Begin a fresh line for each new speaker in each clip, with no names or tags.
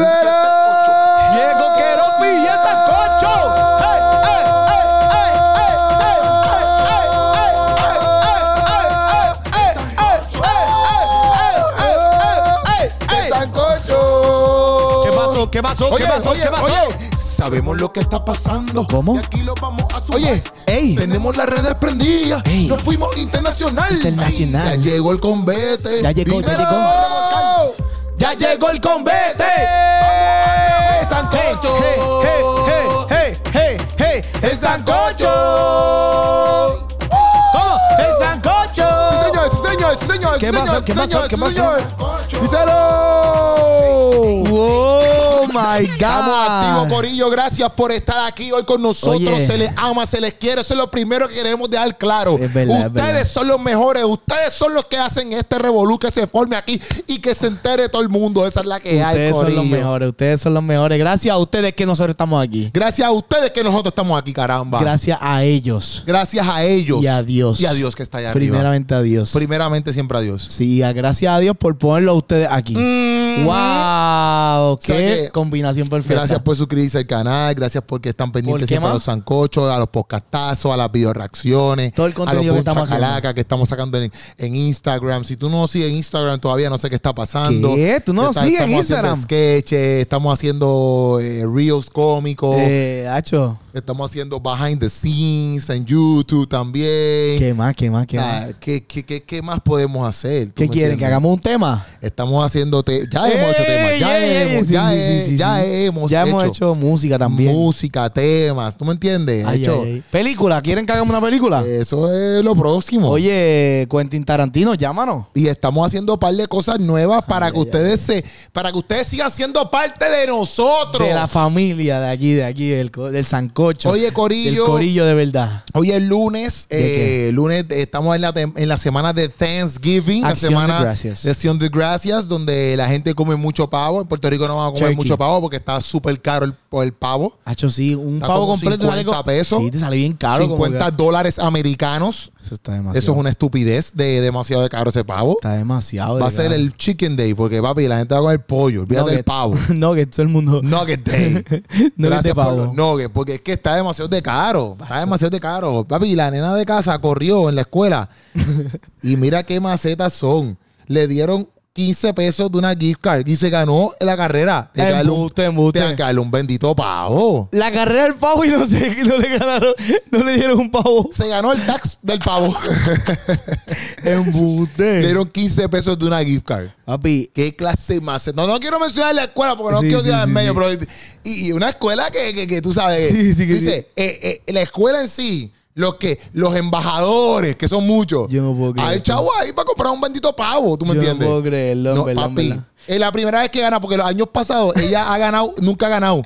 ¡Libera!
Diego Queropi y el sancocho. ¡Ey, ey, ey, ey, ey, ey, ey, ey, ey, ey, ey, ey, ey, ey, ey, ey, ey, ey, ey, ey, ey!
¡Sancocho!
¿Qué pasó? ¿Qué pasó? ¿Qué
Oye,
pasó?
oye,
¿Qué pasó?
oye, sabemos lo que está pasando.
¿Cómo?
Y aquí lo vamos a sumar.
Oye, ey.
tenemos las redes prendidas.
Ey.
Nos fuimos internacional.
Internacional.
Ay, ya llegó el convete.
Ya llegó, ya
Dímelo.
llegó.
Ya llegó el convete.
Hey,
sancocho.
hey, hey, hey, hey, hey,
El sancocho.
¿Cómo? ¡El sancocho!
Sí, señor, sí, señor, sí, señor.
¿Qué
sí,
pasó?
señor,
¿Qué
sí,
pasó?
señor,
¿Qué
sí,
pasó?
señor.
¡Díselo! ¡Wow, my God!
Estamos activos, Corillo. Gracias por estar aquí hoy con nosotros.
Oye.
Se les ama, se les quiere. Eso es lo primero que queremos dejar claro.
Es verdad, es verdad.
Ustedes son los mejores. Ustedes son los que hacen este revolú que se forme aquí y que se entere todo el mundo. Esa es la que hay,
Ustedes son
Corillo.
los mejores, ustedes son los mejores. Gracias a ustedes que nosotros estamos aquí.
Gracias a ustedes que nosotros estamos aquí, caramba.
Gracias a ellos
Gracias a ellos.
y a Dios.
Y a Dios que está allá arriba.
Primeramente a Dios.
Primeramente, siempre a Dios.
sí, a- gracias a Dios por ponerlo a ustedes aquí.
Mm-hmm.
¡Wow! ¡Qué
¿Sabes qué?
combinación perfecta!
Gracias por suscribirse al canal, gracias porque están pendientes
qué
siempre
más?
a los sancochos, a los podcastazos, a las videoreacciones,
Todo el
a
contenido
los
que estamos
punchalacas que estamos sacando en, en Instagram. Si tú no sigues en Instagram todavía no sé qué está pasando.
¿Qué? ¿Tú no
Está-
sigues en
estamos
Instagram?
Haciendo sketches, estamos haciendo eh, reels cómicos,
Eh, Hacho,
estamos haciendo behind the scenes en YouTube también.
¿qué más, qué más, qué
Ah,
más?
¿Qué, qué, qué- qué más podemos hacer? ¿Tú
¿Qué
me
quieren? ¿Que
entiendes?
hagamos un tema?
Estamos haciendo... te- ya hemos hecho
¡Ey,
temas. Ya
ey, ey!
hemos,
Sí,
ya,
sí,
he-
sí, sí,
ya
sí.
hemos
Ya
hecho.
hemos hecho música también.
música, temas, ¿tú me entiendes?
Ay,
Hecho,
ay, ay. ¿Película? ¿Quieren que hagamos una película?
Eso es lo próximo.
Oye, Quentin Tarantino, llámanos.
Y estamos haciendo un par de cosas nuevas para
Ay,
que
ay,
ustedes se, para que ustedes sigan siendo parte de nosotros.
De la familia de aquí, de aquí, del, co- del sancocho.
Oye, Corillo.
Del corillo de verdad.
Hoy es lunes,
¿De
eh, lunes eh, estamos en la, tem- en la semana de Thanksgiving,
Acción de
la semana
gracias.
de Acción de Gracias, donde la gente come mucho pavo. En Puerto Rico no vamos a comer
Turkey.
mucho pavo porque está súper caro el, el pavo.
Hacho, sí, un
Está
pavo
como
completo. sale
50
co-
pesos.
Sí, te sale bien caro. como
50
que-
dólares americanos.
Eso está demasiado.
Eso es una estupidez de demasiado de caro ese pavo.
Está demasiado.
Va a
de
ser
caro.
el Chicken Day, porque papi, la gente va a comer pollo, olvídate del
Nuggets.
pavo.
Nuggets, todo el mundo.
Nugget Day.
Nuggets de
Gracias por
pavo.
los nuggets, porque es que está demasiado de caro. Está demasiado de caro. Papi, la nena de casa corrió en la escuela. y mira qué macetas son. Le dieron 15 pesos de una gift card y se ganó la carrera. Te regalo un,
Embuste, embuste.
te regalo un bendito pavo.
La carrera del pavo y no, sé, no le ganaron, no le dieron un pavo.
Se ganó el tax del pavo.
Embuste.
Le dieron 15 pesos de una gift card.
Papi,
¿Qué clase de maceta? No, no quiero mencionar la escuela porque no
Sí,
quiero
sí,
tirar
sí,
en medio,
sí.
pero. Y, y una escuela que, que- que tú sabes.
Sí, sí, que
dice, eh, eh, la escuela en sí, los que los embajadores, que son muchos.
Yo no puedo creer
Hay
esto.
chavo ahí para comprar un bendito pavo, ¿tú me
yo
entiendes?
no puedo creerlo, en
No,
verdad, en
papi.
verdad.
Es la primera vez que gana porque los años pasados ella ha ganado, nunca ha ganado.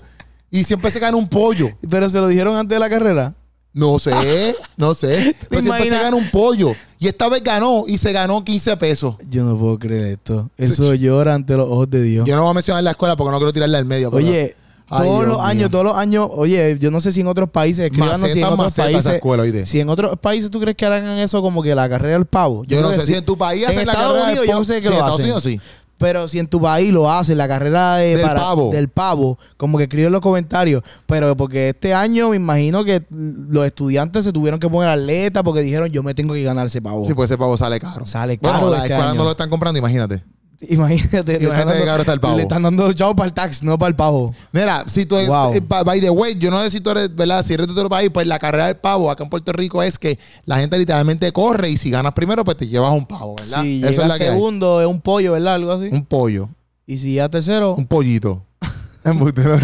Y siempre se gana un pollo.
Pero se lo dijeron antes de la carrera.
No sé, no sé. Pero siempre se
imaginas?
gana un pollo. Y esta vez ganó y se ganó 15 pesos.
Yo no puedo creer esto. Eso llora ante los ojos de Dios.
Yo no voy a mencionar la escuela porque no quiero tirarla al medio. pero-
Oye,
Ay,
todos
Dios
los
mío.
años, todos los años, oye, yo no sé si en otros países, escríbanos si en
Maceta,
otros
maceta esa
países.
escuela, oíste.
Si en otros países tú crees que hagan eso como que la carrera del pavo.
Yo, no
creo
sé
que
si
sí.
en tu país
En
hacen la
Estados
carrera
Unidos
de
yo
pop.
sé que
Sí,
lo
en Estados
hacen.
Unidos sí.
Pero si en tu país lo hacen, la carrera de
Del pavo.
del pavo, como que escriben los comentarios. Pero porque este año me imagino que los estudiantes se tuvieron que poner atleta porque dijeron yo me tengo que ganar ese pavo.
Sí, pues ese pavo sale caro.
Sale
Bueno,
caro
las
este
escuelas
año.
no lo están comprando, imagínate.
Imagínate, le,
Imagínate
están
que caro está el
dando,
pavo.
le están dando los chavos para el tax, no para el pavo.
Mira, si tú
Wow.
eh, by by the way, yo no sé si tú eres, ¿verdad? Si eres de otro país, pues la carrera del pavo acá en Puerto Rico es que la gente literalmente corre y si ganas primero, pues te llevas un pavo, ¿verdad?
Si
Eso
llega
es la que hay.
segundo, es un pollo, ¿verdad? Algo así.
Un pollo,
Y si llega tercero,
un pollito. Embustero.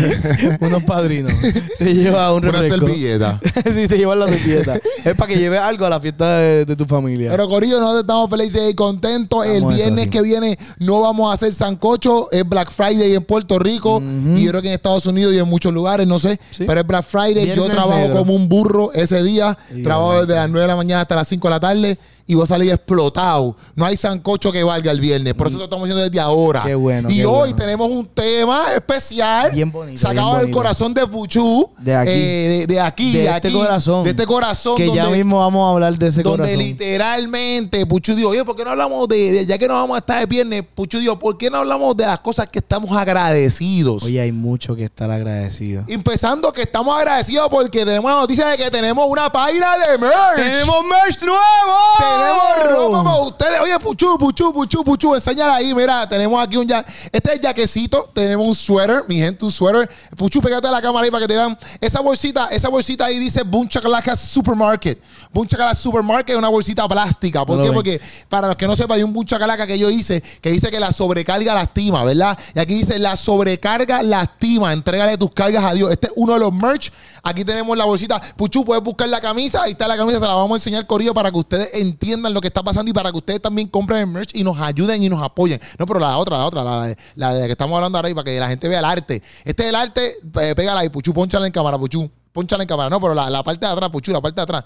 unos padrinos. Te lleva un
Una
refresco.
servilleta.
sí, te llevan la servilleta. es para que lleves algo a la fiesta de, de tu familia.
Pero Corillo, nosotros estamos felices y contentos.
Estamos
el viernes
eso, sí.
que viene no vamos a hacer sancocho. Es Black Friday en Puerto Rico y yo creo que en Estados Unidos y en muchos lugares, no sé.
Sí.
Pero es Black Friday. yo
Viernes
trabajo
negro.
como un burro ese día.
Dios
trabajo
mío.
desde las 9 de la mañana hasta las 5 de la tarde. y vas a salir explotado. No hay sancocho que valga el viernes. Por eso lo estamos haciendo desde ahora.
Mm. Qué bueno,
Y
qué
hoy
bueno.
tenemos un tema especial.
Bien bonito,
Sacado
bien
del
bonito.
corazón de Puchu.
De aquí.
eh, de, de aquí.
De este
aquí,
corazón.
De este corazón.
Que ya
donde-
mismo vamos a hablar de ese
donde
este corazón.
literalmente Puchu dijo, oye, ¿por qué no hablamos de, de- ya que no vamos a estar de viernes? Puchu dijo, ¿por qué no hablamos de las cosas que estamos agradecidos?
Oye, hay mucho que estar agradecido.
Empezando que estamos agradecidos porque tenemos la noticia de que tenemos una página de merch.
merch nuevo!
Tenemos ropa para ustedes. Oye, Puchu, Puchu, Puchu, Puchu, enséñala ahí. Mira, tenemos aquí un ya. Este es jaquecito. Tenemos un suéter, mi gente, un suéter. Puchu, pégate a la cámara ahí para que te vean. Esa bolsita, esa bolsita ahí dice Boom Chacalaca Supermarket. Boom Chacalaca Supermarket es una bolsita plástica. ¿Por
No
qué?
lo ven.
Porque para los que no sepan, hay un Boom Chacalaca que yo hice que dice que la sobrecarga lastima, ¿verdad? Y aquí dice la sobrecarga lastima. Entrégale tus cargas a Dios. Este es uno de los merch. Aquí tenemos la bolsita. Puchu, puedes buscar la camisa. Ahí está la camisa. Se la vamos a enseñar, Corillo, para que ustedes entiendan lo que está pasando y para que ustedes también compren el merch y nos ayuden y nos apoyen. No, pero la otra, la otra, la, de- la de la que estamos hablando ahora y para que la gente vea el arte. Este es el arte. Eh, pégala ahí, Puchu. Ponchala en cámara, Puchu. Ponchala en cámara. No, pero la, la parte de atrás, Puchu, la parte de atrás.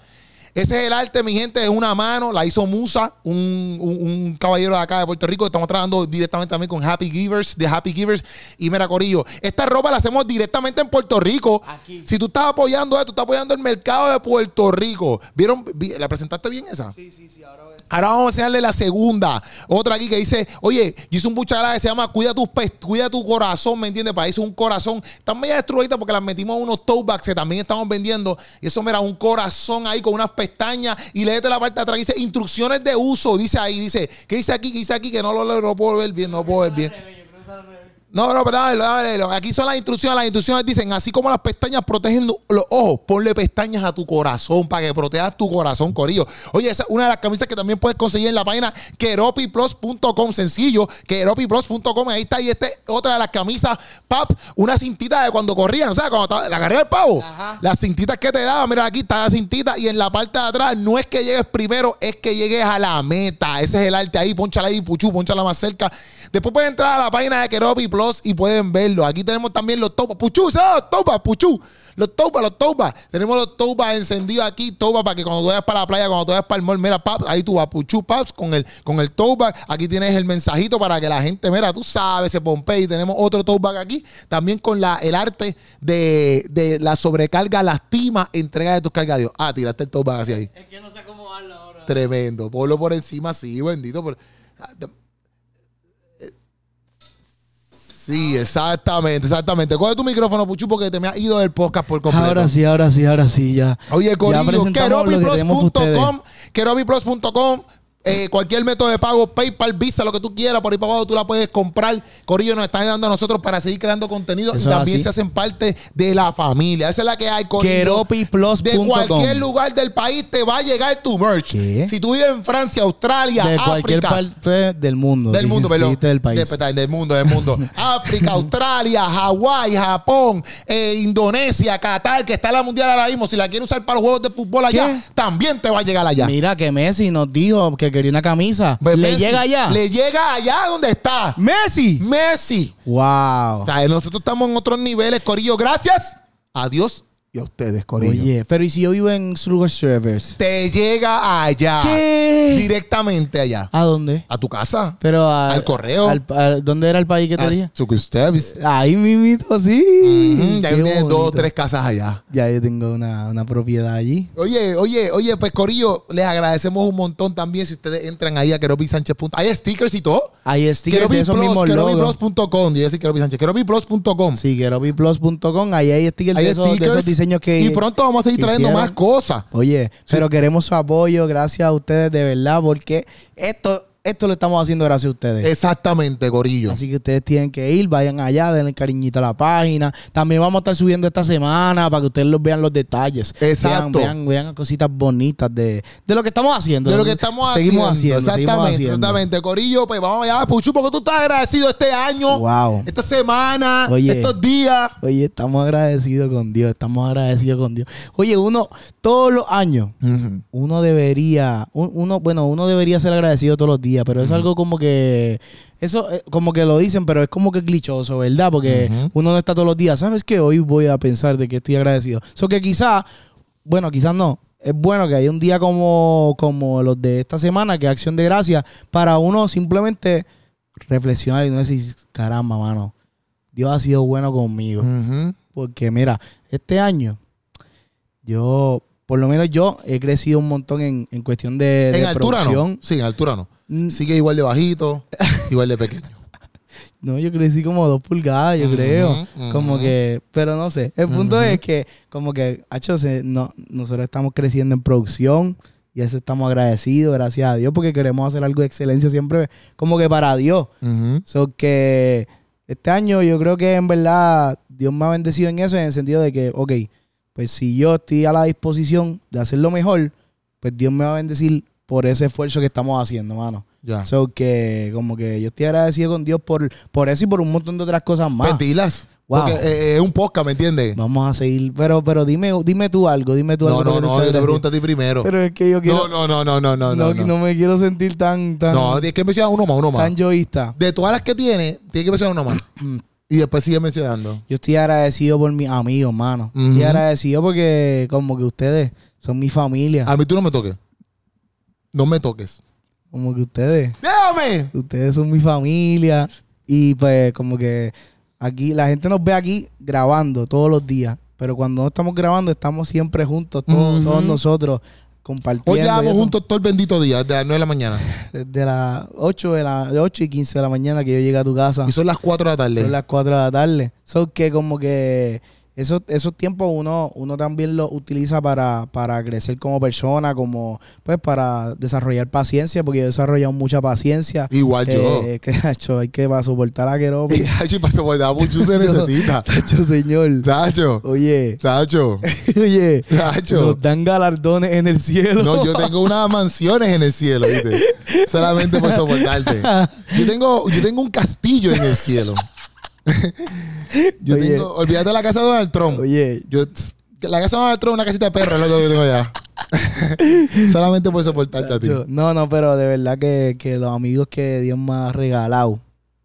Ese es el arte, mi gente, es una mano, la hizo Musa, un, un- un caballero de acá de Puerto Rico. Estamos trabajando directamente también con Happy Givers, de Happy Givers. Y mira, Corillo, esta ropa la hacemos directamente en Puerto Rico. Si tú estás apoyando esto, tú estás apoyando el mercado de Puerto Rico. ¿Vieron? Vi- ¿La presentaste bien esa? Ahora vamos a enseñarle la segunda. Otra aquí que dice, oye, yo hice un buchalá que se llama Cuida tus pes- cuida tu corazón, ¿me entiendes? Para eso un corazón. Están media destruidas porque las metimos a unos tote bags que también estamos vendiendo. Y eso, mira, un corazón ahí con unas pestañas. Y léete la parte de atrás. Dice instrucciones de uso. Dice ahí, dice, ¿qué dice aquí? ¿Qué dice aquí? Que no lo, lo- lo puedo ver bien, no puedo ver bien. No, no, pero dámelo, dámelo. Aquí son las instrucciones. Las instrucciones dicen, así como las pestañas protegen lo- los ojos, ponle pestañas a tu corazón para que protejas tu corazón, Corillo. Oye, esa es una de las camisas que también puedes conseguir en la página queropiplus.com. Sencillo, queropiplus.com. Ahí está. Y esta es otra de las camisas, pap, una cintita de cuando corrían. O sea, cuando estaba- la carrera del pavo. Las cintitas que te daban. Mira, aquí está la cintita. Y en la parte de atrás, no es que llegues primero, es que llegues a la meta. Ese es el arte ahí. Ponchala ahí, puchu, ponchala más cerca. Después pueden entrar a la página de Keropi Plus y pueden verlo. Aquí tenemos también los topas. Puchu, ¿sabes? Los topas, puchu. Los topas, los topas. Tenemos los topas encendidos aquí, topas para que cuando tú vayas para la playa, cuando tú vayas para el mall, mira, paps, ahí tú vas, puchu, paps, con el, con el topa. Aquí tienes el mensajito para que la gente, mira, tú sabes, se pompe y tenemos otro topa aquí, también con la, el arte de, de la sobrecarga lastima, entrega de tus cargas a Dios. Ah, tiraste el topa hacia ahí.
Es que no sé cómo darlo ahora.
Tremendo. Ponlo por encima, sí, bendito. por- Ah, Eh, Sí, exactamente, exactamente. Coge tu micrófono, Puchu, porque te me has ido del podcast por completo.
Ahora sí, ahora sí, ahora sí, ya.
Oye,
Ya
Corillo,
presentamos lo que tenemos para ustedes.
kerobiplus.com, kerobiplus.com, eh, cualquier método de pago, PayPal, Visa, lo que tú quieras, por ahí para abajo tú la puedes comprar. Corillo nos está ayudando a nosotros para seguir creando contenido
Eso
y
es
también
así.
se hacen parte de la familia. Esa es la que hay, Corillo.
Keropiplus.com.
De cualquier lugar del país te va a llegar tu merch.
¿Qué?
Si tú vives en Francia, Australia,
De cualquier
África,
parte del mundo.
ah, del mundo,
dijiste- dijiste
perdón.
Del país.
De- pues, del mundo, del mundo. África, Australia, Hawái, Japón, eh, Indonesia, Qatar, que está en la mundial ahora mismo. Si la quieres usar para los juegos de fútbol allá,
¿Qué?
también te va a llegar allá.
Mira que Messi nos dijo que quería una camisa.
Pues
¿Le
Messi,
llega allá?
Le llega allá donde está.
¡Messi!
Messi.
¡Wow!
O sea, nosotros estamos en otros niveles, Corillo. Gracias a Dios y a ustedes, Corillo.
Oye, pero ¿y si yo vivo en Sugar Servers?
Te llega allá.
¿Qué? Ah.
Directamente allá.
¿A dónde?
A tu casa.
Pero a-
Al correo.
al- al- ¿Dónde era el país que te dije?
Su que ustedes.
Ahí mismito, sí.
Ujú, Ya
Qué
tienes dos o
bonito.
tres casas allá.
Ya yo tengo una, una propiedad allí.
Oye, oye, oye, pues Corillo, les agradecemos un montón también si ustedes entran ahí a queropisánchez.com. Hay stickers y todo.
Ahí stickers de esos mismos logos.
Queropiplus.com, diría así Queropi Sánchez. Queropiplus.com.
Sí, querobiplus.com. Ahí hay stickers,
Hay
de, esos, de
stickers.
esos diseños que...
Y pronto vamos a seguir trayendo
hicieron.
más cosas.
Oye, pero queremos su apoyo. Gracias a ustedes de verdad porque esto, esto lo estamos haciendo gracias a ustedes.
Exactamente, Corillo.
Así que ustedes tienen que ir, vayan allá, denle cariñito a la página. También vamos a estar subiendo esta semana para que ustedes los vean los detalles.
Exacto.
Vean, vean, vean cositas bonitas de, de lo que estamos haciendo.
de lo que estamos
seguimos
haciendo.
seguimos
Exactamente,
haciendo.
exactamente. Corillo, pues vamos allá. Puchu, porque tú estás agradecido este año,
Wow.
esta semana,
Oye.
estos días.
Oye, estamos agradecidos con Dios, estamos agradecidos con Dios. Oye, uno, todos los años, uno debería, un- uno, bueno, uno debería ser agradecido todos los días, pero es algo como que, eso eh, como que lo dicen, pero es como que clichoso, ¿verdad? Porque
Ujú.
uno no está todos los días, ¿sabes qué? Hoy voy a pensar de que estoy agradecido. Eso que quizá, bueno, quizás no. es bueno que haya un día como, como los de esta semana, que es acción de gracia, para uno simplemente reflexionar y no decir, caramba, mano, Dios ha sido bueno conmigo.
Ujú.
Porque mira, este año yo, por lo menos yo, he crecido un montón en, en cuestión de,
En
de
altura no.
producción.
Sí, en altura no.
Mm,
Sigue igual de bajito, igual de pequeño.
No, yo crecí como dos pulgadas, yo
Ujú,
creo. Como
ujú.
que, pero no sé. El punto
Mm. Ujú.
es que, como que, hacho, se- no, nosotros estamos creciendo en producción y eso estamos agradecidos, gracias a Dios, porque queremos hacer algo de excelencia siempre, como que para Dios.
Ujú.
So que este año yo creo que en verdad Dios me ha bendecido en eso, en el sentido de que, ok, pues si yo estoy a la disposición de hacerlo mejor, pues Dios me va a bendecir por ese esfuerzo que estamos haciendo, mano.
Ya.
So que como que yo estoy agradecido con Dios por, por eso y por un montón de otras cosas más.
Pues Petilas.
Wow.
Porque eh, eh, es un podcast, ¿me entiendes?
Vamos a seguir, pero, pero dime, dime tú algo, dime tú
No,
algo.
no,
porque
no,
estoy
yo te pregunto
agradecido.
a ti primero.
Pero es que yo
No,
quiero,
no, no, no, no, no,
no,
no. No,
no me quiero sentir tan, tan,
no tienes que mencionar uno más, uno más.
tan yoísta.
De todas las que tiene, tiene que mencionar uno más. y después sigue mencionando.
Yo estoy agradecido por mis amigos, mano. Estoy
Ujú.
agradecido porque como que ustedes son mi familia.
A mí tú no me toques. No me toques.
Como que ustedes,
¡Déjame!
ustedes son mi familia. Y pues como que aquí, la gente nos ve aquí grabando todos los días. Pero cuando no estamos grabando, estamos siempre juntos, todos,
Ujú.
todos nosotros, compartiendo.
Hoy
y
llevamos
eso.
juntos todo el bendito día, de las 9 de la mañana.
Desde las 8, de la, de 8 y 15 de la mañana que yo llegué a tu casa.
Y son las 4 de la tarde.
Son las 4 de la tarde. So que como que esos, esos tiempos uno, uno también los utiliza para, para crecer como persona, como pues para desarrollar paciencia, porque yo he desarrollado mucha paciencia.
Igual yo.
Eh, que, hacho, hay que para soportar a Queropi.
Y Hachi, para soportar mucho se
Yo-
necesita.
Hacho, señor.
Sacho,
Oye,
Sacho,
oye.
Sacho.
Nos dan galardones en el cielo.
No, yo tengo unas mansiones en el cielo, ¿viste? Solamente por soportarte. Yo tengo, yo tengo un castillo en el cielo. Yo
Oye.
tengo, olvídate de la casa de Donald Trump.
Oye,
Yo, la casa de Donald Trump es una casita de perro, es lo que yo tengo allá. Solamente por soportarte a ti.
Yo- No, no, pero de verdad que, que los amigos que Dios me ha regalado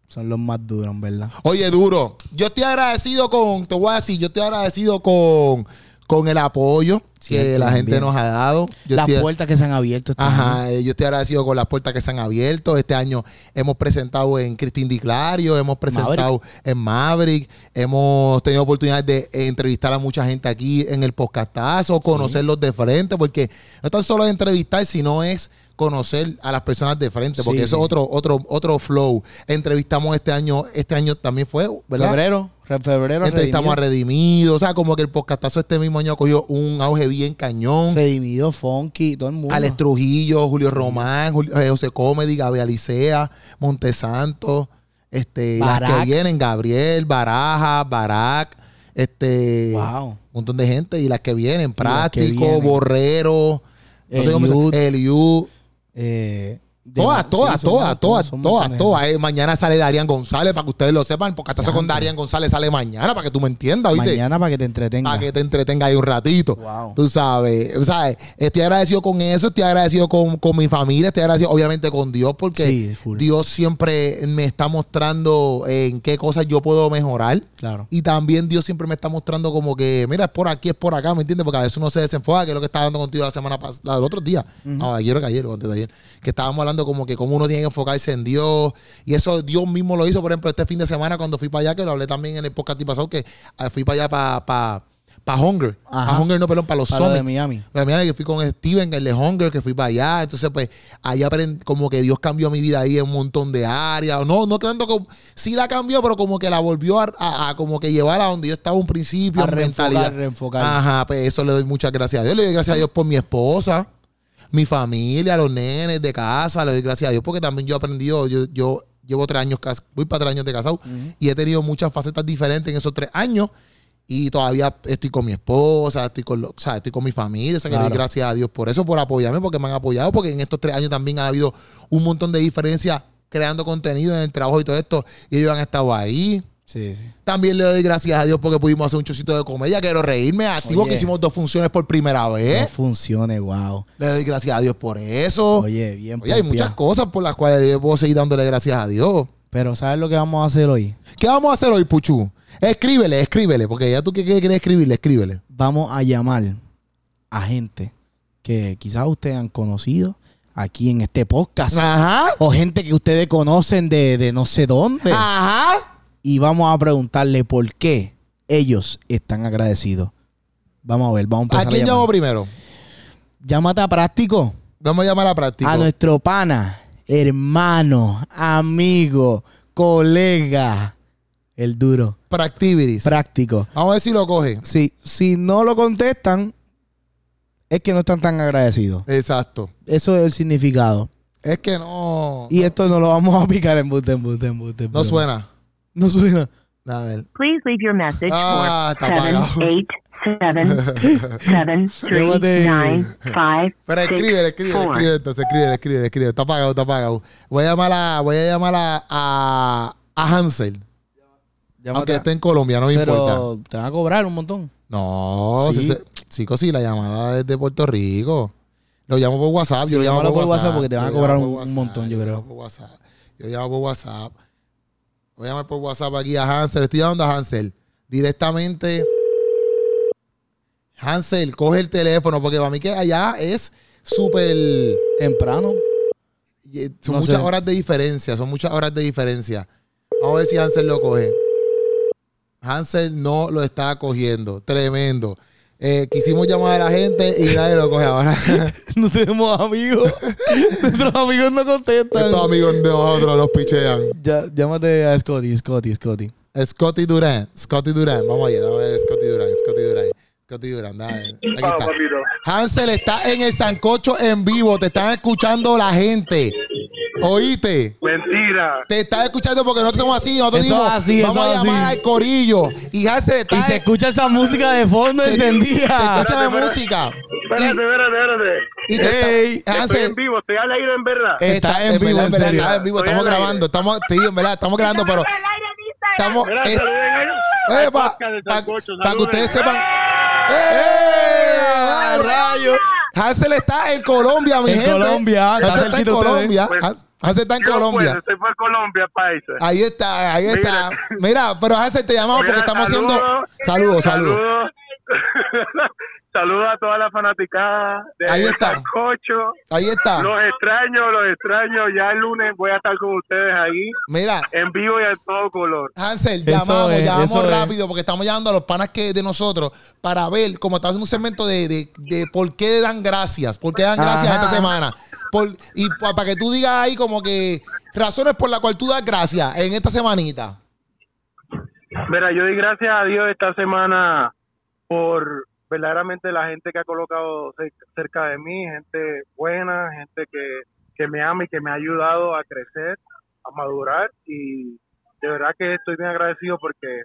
son los más duros, en ¿verdad?
Oye, duro. Yo estoy agradecido con, te voy a decir, yo estoy agradecido con, con el apoyo que
Cierto,
la gente
también.
nos ha dado. Yo
Las
estoy-
puertas que se han abierto. este año.
Ajá, eh, yo estoy agradecido con las puertas que se han abierto. Este año hemos presentado en Cristín Di Clario, hemos presentado en Maverick, hemos tenido oportunidad de eh, entrevistar a mucha gente aquí en el podcastazo, conocerlos de frente, porque no tan solo es entrevistar, sino es conocer a las personas de frente, porque
Sí,
eso
sí.
es otro, otro, otro flow. Entrevistamos este año, este año también fue, ¿verdad? Este,
Febrero, re- febrero.
Entrevistamos
redimido,
a Redimido, o sea, como que el podcastazo este mismo año cogió un auge bien cañón.
Redimido, Funky, todo el mundo.
Alex Trujillo, Julio Román, Jul- eh, José Comedy, Gaby Alicea, Montesanto, este, las que
Barak.
vienen, Gabriel, Baraja, Barack, este,
Wow.
un montón de gente, y las que vienen,
Y las que
Práctico,
vienen.
Borrero, no sé cómo se-
Eliud.
Eliud,
Eh, de-
todas,
sí,
todas,
son
todas,
montón,
todas,
son
todas,
montones.
todas. Eh, mañana sale Darían González, para que ustedes lo sepan, porque hasta eso con
Diantre.
Darían González sale mañana, para que tú me entiendas, ¿oíste?
Mañana para que te entretengas.
para que te entretenga ahí un ratito.
Wow.
Tú sabes, o sea, estoy agradecido con eso, estoy agradecido con, con mi familia, estoy agradecido obviamente con Dios porque
Sí, full.
Dios siempre me está mostrando en qué cosas yo puedo mejorar.
Claro.
Y también Dios siempre me está mostrando como que, mira, es por aquí, es por acá, ¿me entiendes? Porque a veces uno se desenfoca, que es lo que estaba hablando contigo la semana pasada, el otro día, no, ayer o que ayer, o antes de ayer, que estábamos hablando como que cómo uno tiene que enfocarse en Dios. Y eso Dios mismo lo hizo, por ejemplo, este fin de semana cuando fui para allá, que lo hablé también en el podcast pasado, que ah, fui para allá para... para Hunger,
Ajá.
para Hunger no, perdón, para los
Para lo de
Summits.
Miami.
La mía que fui con Steven, el de Hunger, que fui para allá. Entonces, pues, ahí aprendí, como que Dios cambió mi vida ahí en un montón de áreas. No, no tanto como, sí la cambió, pero como que la volvió a, a- a como que llevar a donde yo estaba un principio,
A
en
reenfocar,
mentalidad.
reenfocar.
Ajá, pues eso le doy muchas gracias a Dios. Le doy gracias a Dios por mi esposa, mi familia, los nenes de casa. Le doy gracias a Dios porque también yo he aprendido, yo, yo llevo tres años, cas- voy para tres años de casado y he tenido muchas facetas diferentes en esos tres años. Y todavía estoy con mi esposa, estoy con, lo- o sea, estoy con mi familia. O sea, que le doy
Claro.
gracias a Dios por eso, por apoyarme, porque me han apoyado, porque en estos tres años también ha habido un montón de diferencias creando contenido en el trabajo y todo esto. Y ellos han estado ahí.
Sí, sí.
También le doy gracias a Dios porque pudimos hacer un chocito de comedia. Quiero reírme. Activo
Oye.
que hicimos dos funciones por primera
No
vez.
funcione, wow.
Le doy gracias a Dios por eso. Oh. Oye,
Oye, bien.
hay
pompeado.
muchas cosas por las cuales yo puedo seguir dándole gracias a Dios.
Pero ¿sabes lo que vamos a hacer hoy?
¿Qué vamos a hacer hoy, Puchu? Escríbele, escríbele, porque ya tú que que quieres escribirle, escríbele.
Vamos a llamar a gente que quizás ustedes han conocido aquí en este podcast.
Ajá.
O gente que ustedes conocen de, de no sé dónde.
Ah, Ajá.
Y vamos a preguntarle por qué ellos están agradecidos. Vamos a ver, vamos a
¿A
empezar.
quién
a
llamo
llamar.
primero?
Llámate a práctico.
Vamos a llamar a práctico.
A nuestro pana, hermano, amigo, colega. El duro.
Practivities.
Práctico.
Vamos a ver si lo coge.
Si, si no lo contestan, es que no están tan agradecidos.
Exacto.
Eso es el significado.
Es que no.
Y esto no lo vamos a picar en boot, en boot, en boot.
No suena.
No suena.
A ver.
Please leave your message
Ah,
for
está apagado.
seven eight seven seven three
Llámate.
nine five
Pero
six,
escribe, escribe,
four.
escribe, entonces escribe, escribe, escribe. Está apagado, está apagado. Voy a llamar a, voy a, llamar a, a, a Hansel. Aunque
este
esté en Colombia, no me importa.
Pero te van a cobrar un montón.
No,
Sí.
si se- chico, si la llamada es de Puerto Rico. Lo llamo por WhatsApp.
Sí,
yo lo llamo
llámalo
por WhatsApp,
porque te van a
yo lo
cobrar
llamo
un-
por
un montón, yo creo.
llamo por WhatsApp. Yo llamo por WhatsApp. Voy a llamar por WhatsApp aquí a Hansel. Estoy llamando a Hansel. Directamente. Hansel, coge el teléfono porque para mí que allá es súper...
Temprano.
Y, eh, Son
No
muchas
sé.
horas de diferencia, son muchas horas de diferencia. Vamos a ver si Hansel lo coge. Hansel no lo está cogiendo. Tremendo. Eh, quisimos llamar a la gente y nadie lo coge ahora.
No tenemos amigos. Nuestros amigos no contestan.
Estos amigos de nosotros los pichean.
Ya- llámate a Scotty, Scotty, Scotty.
Scotty Durán, Scotty Durán. Vamos allá, vamos a ver Scotty Durán, Scotty Durán. Scotty Durán, dale. Aquí está. Hansel está en el Sancocho en vivo. Te están escuchando la gente. Oíste.
Mentira.
Te estás escuchando porque nosotros somos así. Nosotros
Eso
dijimos,
es así,
vamos
eso
a
es
llamar
así.
al corillo. Y Hansel está
Y se
en-
escucha esa música de fondo
se- se
encendida.
escucha la
Espérate,
música.
Espérate, espérate, espérate.
Y, y te
Ey,
está-
Estoy en
Hansel,
vivo, estoy al aire en verdad.
Eh,
Está en vivo,
verdad,
en
verdad,
serio.
está en vivo.
Estoy
Estamos
al aire.
grabando. Estamos, sí, en verdad, estamos grabando, pero estamos.
Mira,
eh,
saluden al- al
para
podcast del Sancocho,
que
saluden.
ustedes sepan.
¡Eh,
¡Eh!
a rayos!
Hansel está en Colombia, mi
En
gente.
Colombia, está
Hansel está en
cerquita ustedes.
Colombia.
Pues,
Hans- Hansel está en
Yo, pues,
Colombia.
estoy por Colombia, paisa.
Ahí está, ahí está. Mira, pero Hansel te llamamos porque
Mira,
estamos haciendo.
saludos.
Saludos, saludos.
Saludos. Saludos a toda la fanaticada de
Ahí está.
Sancocho.
Ahí está.
Los extraño, los extraño. Ya el lunes voy a estar con ustedes ahí,
Mira,
en vivo y a todo color.
Hansel,
Eso
llamamos,
es, eso
llamamos
es.
rápido porque estamos llamando a los panas que de nosotros para ver cómo está haciendo un segmento de, de, de por qué dan gracias, por qué dan gracias
Ajá.
esta semana. Por- y para que tú digas ahí como que razones por las cuales tú das gracias en esta semanita.
Mira, yo di gracias a Dios esta semana por verdaderamente la gente que ha colocado cer- cerca de mí, gente buena, gente que, que me ama y que me ha ayudado a crecer, a madurar y de verdad que estoy bien agradecido porque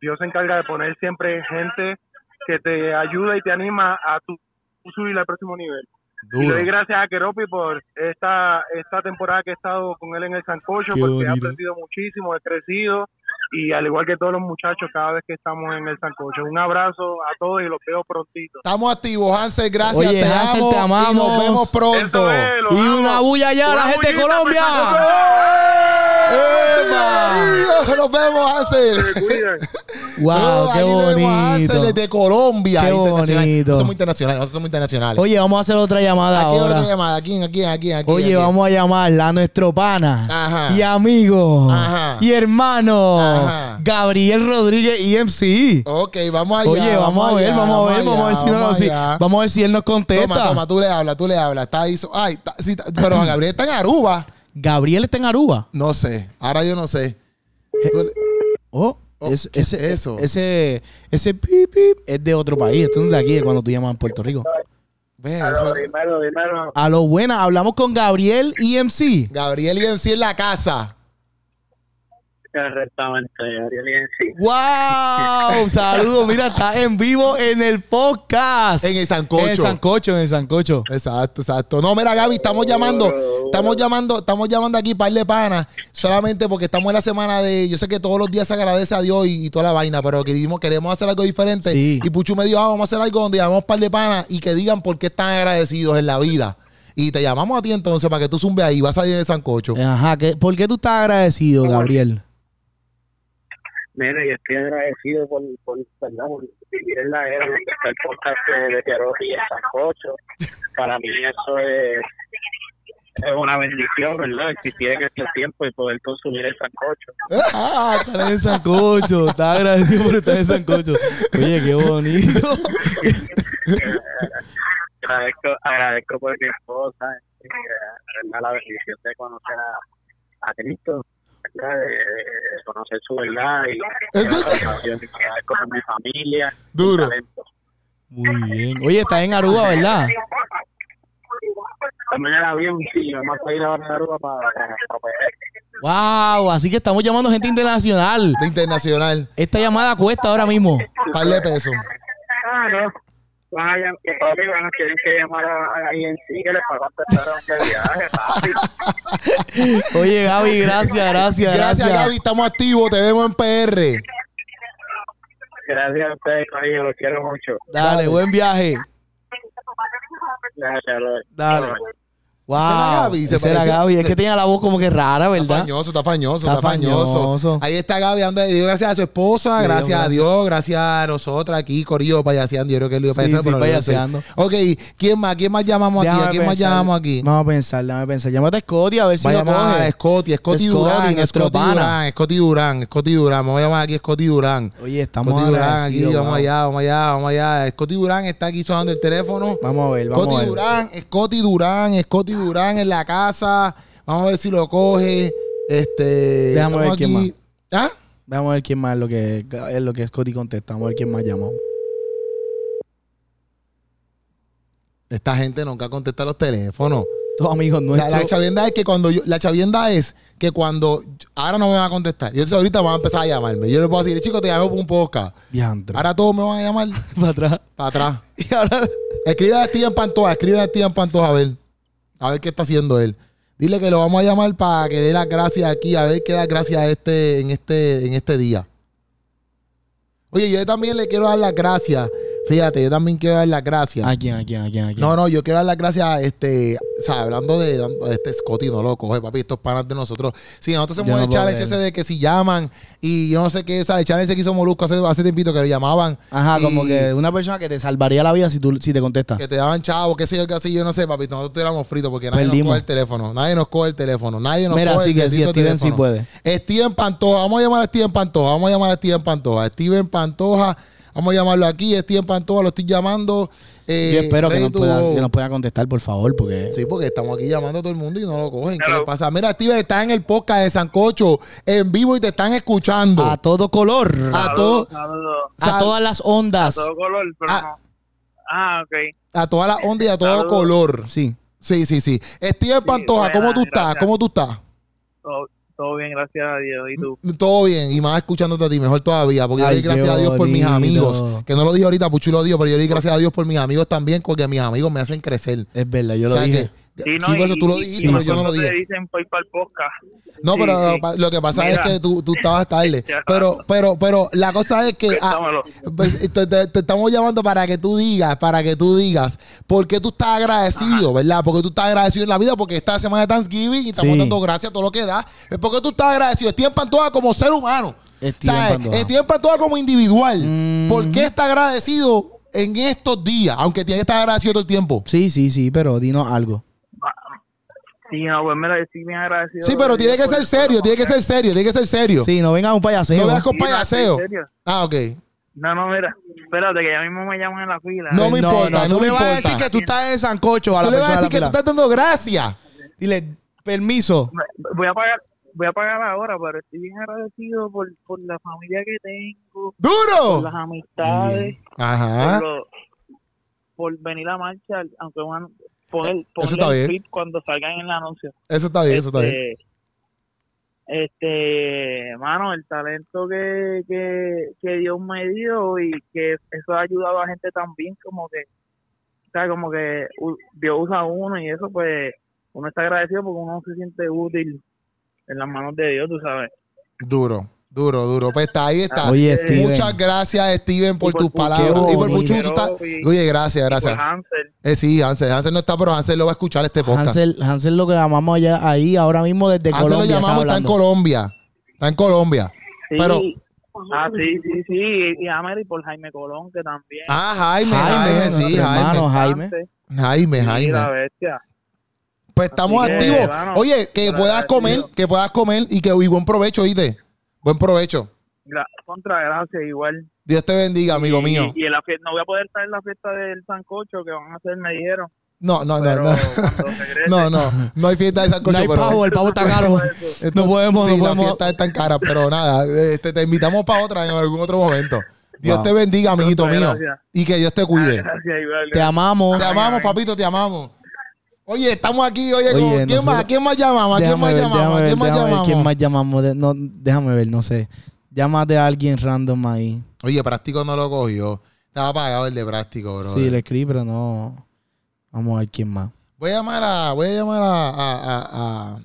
Dios se encarga de poner siempre gente que te ayuda y te anima a tu, tú subir al próximo nivel. Y le doy gracias a Keropi por esta, esta temporada que he estado con él en el Sancocho,
Qué
porque he
bonito.
aprendido muchísimo, he crecido, y al igual que todos los muchachos, cada vez que estamos en el Sancocho. Un abrazo a todos y los veo prontito.
Estamos activos, Hansel, gracias.
Oye,
te amo
Hansel, te
Y nos
amamos.
vemos pronto.
Eso es, los
Y
amo.
una bulla allá a la
Una
gente de
bullita, pues,
Colombia.
¡Eva! Nos vemos, Hansel.
Se cuidan.
¡Wow!
Eh,
¡Qué
ahí tenemos a Hansel
bonito!
desde Colombia.
Qué
internacional.
bonito.
Nosotros somos internacionales. Nosotros somos internacionales.
Oye, vamos a hacer otra llamada
Aquí otra
ahora.
llamada, aquí, aquí, aquí, aquí.
Oye,
aquí.
vamos a llamar a nuestro pana
Ajá.
y amigo
Ajá.
y hermano
Ajá.
Gabriel Rodríguez EMC.
Ok, vamos allá.
Oye, vamos a ver,
allá,
vamos a ver,
allá,
vamos a ver si no- si-
allá.
vamos a ver si él nos
Toma, toma,
contesta.
tú le hablas, tú le hablas. Está ahí. so- Ay, está- sí, está- pero a Gabriel está en Aruba.
Gabriel está en Aruba.
No sé, ahora yo no sé. Tú le-
Oh,
Oh,
es-
¿qué es
ese,
eso?
ese, ese pip, pip es de otro país. Esto no es de aquí, de cuando tú llamas a Puerto Rico.
Ve, eso-
Dímelo, dímelo.
A lo buena, hablamos con Gabriel E EMC.
Gabriel y en sí en la casa.
Correctamente, Gabriel y en sí.
¡Wow! Saludos, mira, está en vivo en el podcast.
En el sancocho.
En el sancocho, en el sancocho.
Exacto, exacto. No, mira, Gaby, estamos llamando, estamos llamando, estamos llamando aquí par de panas, solamente porque estamos en la semana de, yo sé que todos los días se agradece a Dios y, y toda la vaina, pero querimos, queremos hacer algo diferente.
Sí.
Y Puchu me dijo, ah, vamos a hacer algo donde llamamos par de panas y que digan por qué están agradecidos en la vida. Y te llamamos a ti entonces para que tú zumbes ahí, vas a salir de sancocho.
Ajá, ¿qué- ¿por qué tú estás agradecido, Gabriel?
Mira, yo estoy agradecido por, por, ¿verdad? por vivir en la era donde está el podcast de, de Pierrot y el Sancocho. Para mí eso es, es una bendición, ¿verdad? Existir en este tiempo y poder consumir el Sancocho.
Ah, está en el sancocho. Está agradecido por estar en el sancocho. Oye, qué bonito.
Agradezco, agradezco por mi esposa, eh, ¿verdad? La bendición de conocer a, a Cristo. ¿verdad? De, de conocer su verdad y
Eso
la
está-
relación que agradezco con mi familia
Duro.
talento.
Muy bien. Oye, está en Aruba, ¿verdad?
también el avión Pues sí vamos a ir ahora a Aruba para, para, para
Wow, así que estamos llamando gente internacional.
De internacional.
Esta llamada cuesta ahora mismo.
Par de pesos.
Ah, no. Van a llamar, papi, van a tener que llamar a a INC que les pagó empezar de viaje, papi.
Oye, Gaby, gracias, gracias,
Gracias, Gaby.
gracias.
Estamos activos. Te vemos en PR.
Gracias a ustedes, coño, los quiero mucho.
Dale, buen viaje.
Gracias, brother.
Dale. Wow.
Gaby, se
esa era
parece-
Gaby. Es que tenía la voz como que rara,
Está
¿verdad?
fañoso, está fañoso,
Está
está fañoso.
fañoso.
Ahí está Gaby dando le dio gracias a su esposa,
Le dio
gracias, a
gracias.
Dios, gracias a nosotros aquí, Corillo, payaseando. Yo creo que él dio
Sí,
payaseando.
sí,
pero no lo sé.
payaseando.
Ok, ¿quién más? ¿Quién más llamamos aquí? ¿A
Déjame
quién más
pensar.
llamamos aquí?
Vamos a pensar, déjame pensar. Llámate a Scotty a ver si
Vaya
lo
llamar a
coge.
Scotty, Scotty
Scotty,
Durán,
nuestro
Scotty
pana.
Durán, Scotty Durán, Scotty Durán. Vamos a llamar aquí a Scotty Durán.
Oye, estamos
Scotty Durán aquí,
agradecidos,
vamos
wow.
allá, vamos allá, vamos allá. Scotty Durán está aquí sonando el teléfono.
Vamos a ver, vamos a
Scotty
ver.
Durán, Scotty Durán, Scotty Durán en la casa. Vamos a ver si lo coge. Este.
Déjame ver
estamos
quién
aquí. ¿Ah?
Vamos a ver quién más es lo que es lo que Scotty contesta. Vamos a ver quién más llamó.
Esta gente nunca contesta los teléfonos.
Todos amigos
La, la
nuestros.
chavienda es que cuando yo, la chavienda es que cuando ahora no me van a contestar. Yo sé, ahorita van a empezar a llamarme. Yo les puedo decir, chicos, te llamo por un podcast.
Diantre.
Ahora todos me van a llamar
para atrás.
para atrás.
Y ahora.
Escribe a Steven Pantoja, escribe a Steven Pantoja a ver. A ver qué está haciendo él. Dile que lo vamos a llamar para que dé las gracias aquí, a ver qué da gracias este, en, este, en este día. Oye, yo también le quiero dar las gracias. Fíjate, yo también quiero dar las gracias.
¿A quién, a quién, a quién, a quién?
No, no, yo quiero dar las gracias a este, o sea, hablando de de este Scotty, no lo coge, papi, estos panas de nosotros. Si nosotros
Yo
hacemos
no
el
puedo
challenge ese
creerlo.
de que si llaman y yo no sé qué, o sea, el challenge que hizo Molusco hace, hace tiempito que lo llamaban.
Ajá,
y
como que una persona que te salvaría la vida si tú si te contestas.
Que te daban chavo, qué sé yo, qué así, yo no sé, papi, nosotros éramos fritos porque nadie
Perdimos.
nos coge el teléfono, nadie nos coge el teléfono, nadie nos
Mira,
coge
así
el
que sí,
bendito
Steven sí
teléfono.
puede.
Steven Pantoja, vamos a llamar a Steven Pantoja, vamos a llamar a Steven Pantoja, Steven Pantoja, vamos a llamarlo aquí, Steven Pantoja, lo estoy llamando. eh,
Yo espero que
ready
nos,
to
pueda,
go.
que nos pueda contestar, por favor, porque.
Sí, porque estamos aquí llamando a todo el mundo y no lo cogen. ¿Qué le pasa? Mira, Steven, estás en el podcast de Sancocho en vivo y te están escuchando.
A
A,
todo color. A,
a todo-
Saludos,
sal-
todas las ondas.
todo color, pero
Ah.
no. Ah, ok.
a toda la onda y a todo color.
Sí.
Sí, sí, sí. Steven Pantoja,
buena,
¿cómo tú estás?
gracias.
¿Cómo tú estás?
Todo, todo bien, gracias a Dios. ¿Y tú?
Todo bien, y más escuchándote a ti, mejor todavía, porque yo
Ay,
di
qué
gracias a Dios por mis
bonito.
amigos. Que no lo dije ahorita, Puchu lo dijo, pero yo di gracias a Dios por mis amigos también, porque mis amigos me hacen crecer.
Es verdad, yo
O
lo
sea
dije.
que-
Sí, no,
sí, por
y-
eso tú lo
y-
dijiste,
y
pero yo no lo
cuando
dije.
te dicen voy para el podcast.
No,
Sí,
pero
sí.
lo pa- lo que pasa
Mira.
es que tú, tú estabas tarde.
Ya.
Pero, pero, pero la cosa es que ah,
Dámelo.
pues, te, te- te estamos llamando para que tú digas, para que tú digas por qué tú estás agradecido, ¿verdad? Porque tú estás agradecido en la vida, porque esta semana de Thanksgiving y estamos
Sí.
dando gracias a todo lo que da. Es porque tú estás agradecido. Steven Pantoja como ser humano.
Steven
¿sabes? Eh,
Pantoja.
Steven Pantoja como individual.
Mm.
¿Por qué está agradecido en estos días? Aunque tiene que estar agradecido todo el tiempo.
Sí, sí, sí, pero dinos algo.
Sí, no, pues mira, estoy bien agradecido.
Sí, pero
de
tiene
Dios
que
por
ser
esto,
serio,
¿no?
tiene que ser serio, tiene que ser serio.
Sí, no venga un payaseo.
No veas con
Sí, no,
payaseo.
en serio.
Ah, ok.
No, no, mira, espérate, que ya mismo me llaman en la
Eh,
fila.
No me importa, no
tú
me
le vas a
importa.
decir que tú estás en Sancocho a la
Tú le vas a
persona de
decir que tú
la fila.
estás dando gracias.
Dile, permiso.
Voy a pagar. Voy a pagar ahora, pero estoy bien agradecido por, por la familia que tengo, por
¡Duro!
las amistades,
Ajá.
por, lo- por venir a marcha, aunque van poner,
Eso está
poner
bien.
el tweet cuando salgan en el anuncio.
Eso está bien, eso está bien.
este, este, mano, el talento que, que, que Dios me dio y que eso ha ayudado a gente también, como que, o sea, como que u- Dios usa a uno y eso, pues, uno está agradecido porque uno se siente útil en las manos de Dios, tú sabes.
Duro, duro, duro. Pues está, ahí está.
Oye,
Este,
Steven.
Muchas gracias, Steven, por
Y por
tus
Puchu,
palabras.
qué
Y por
bonito.
Puchu, tú estás-
Pero-
Oye, gracias, gracias.
Pues, Hansel,
Eh, sí, Hansel. Hansel no está, pero Hansel lo va a escuchar este podcast. Hansel,
Hansel, Hansel lo que llamamos allá ahí ahora mismo desde Colombia.
lo llamamos,
está
está en
hablando.
Colombia. Está en Colombia.
sí,
Pero,
Ah, sí, sí, sí. Y, y Amery por Jaime Colón, que también.
Ah, Jaime, Jaime,
Jaime,
sí,
nuestro
Jaime.
hermano Jaime.
Antes,
Jaime,
sí,
Jaime.
la bestia.
Pues estamos
Así que,
activos.
hermano,
Oye, que
agradecido.
puedas comer, que puedas comer y que y buen provecho, oíste. Buen provecho.
Gra- contra gracias, igual.
Dios te bendiga, amigo
Y-
mío.
Y en la fiesta, no voy a poder estar en la fiesta del Sancocho que van a hacer, me dijeron.
No, no, no,
Pero
Ah, no.
cuando regrese,
No, no, no hay fiesta de
No
sancocho,
hay
pero
pavo, el pavo está caro. No podemos,
sí,
no
las
podemos.
fiestas están caras, pero nada, este, te invitamos para otra en algún otro momento. Dios
Wow.
te bendiga, amiguito
Muchas
mío,
gracias.
y que Dios te cuide.
Gracias, igual.
Te amamos.
Te amamos, papito, te amamos. Oye, estamos aquí, oye,
Oye,
con- ¿quién
nosotros-
más? ¿A quién más llamamos? ¿A quién
Déjame
más
ver,
llamamos?
déjame
¿A
ver,
quién más
déjame ver
llamamos?
quién más llamamos. De- no, déjame ver, no sé. Llámate a alguien random ahí.
Oye, práctico no lo cogió. Estaba apagado el de práctico, bro.
Sí, le escribí, pero no. Vamos a ver quién más.
Voy a llamar a. Voy a llamar a. a- a- a-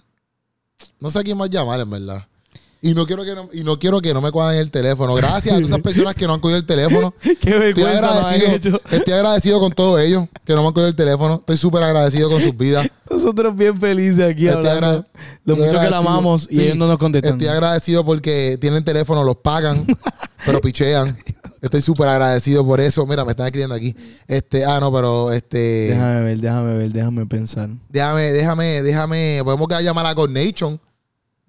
No sé a quién más llamar, en verdad. Y no quiero que no, y no quiero que no me cuadren el teléfono. Gracias a todas esas personas que no han cogido el teléfono.
Qué
Estoy
vergüenza nos han
agradecido,
hecho.
estoy agradecido con todos ellos que no me han cogido el teléfono. Estoy súper agradecido con sus vidas.
Nosotros bien felices aquí
Estoy
hablando.
agra-
Lo
estoy
mucho que la
agradecido.
amamos y
Sí,
ellos no nos contestan.
Estoy agradecido porque tienen teléfono, los pagan, pero pichean. Estoy súper agradecido por eso. Mira, me están escribiendo aquí. Este, ah, no, pero este.
Déjame ver, déjame ver, déjame pensar.
Déjame, déjame, déjame. Podemos que llamar a Cornation.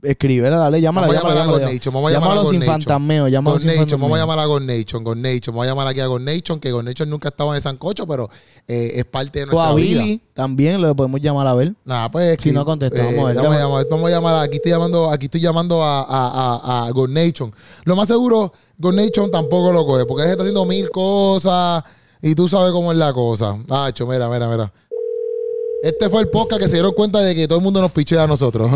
Escríbela, dale, llámala,
Vamos a
llámala.
llamar a
llámala,
Gornation,
llámala.
vamos a llamar a
Llámalo sin
Gornation.
fantasmeo, llámalo sin
Gornation, vamos a
fantasmeo.
llamar a Gornation, Gornation. Vamos a llamar aquí a Gornation, que Gornation nunca estaba en el Sancocho, pero eh, es parte de
O
nuestra
a
vida.
Billy, también lo podemos llamar a ver.
Nah, pues,
Si no contesta, vamos a ver.
Vamos a llamar, vamos a llamar, aquí estoy llamando, aquí estoy llamando a, a, a, a God Nation. Lo más seguro, God Nation tampoco lo coge, porque él está haciendo mil cosas y tú sabes cómo es la cosa. Nacho, mira, mira, mira. Este fue el podcast que se dieron cuenta de que todo el mundo nos pichea a nosotros.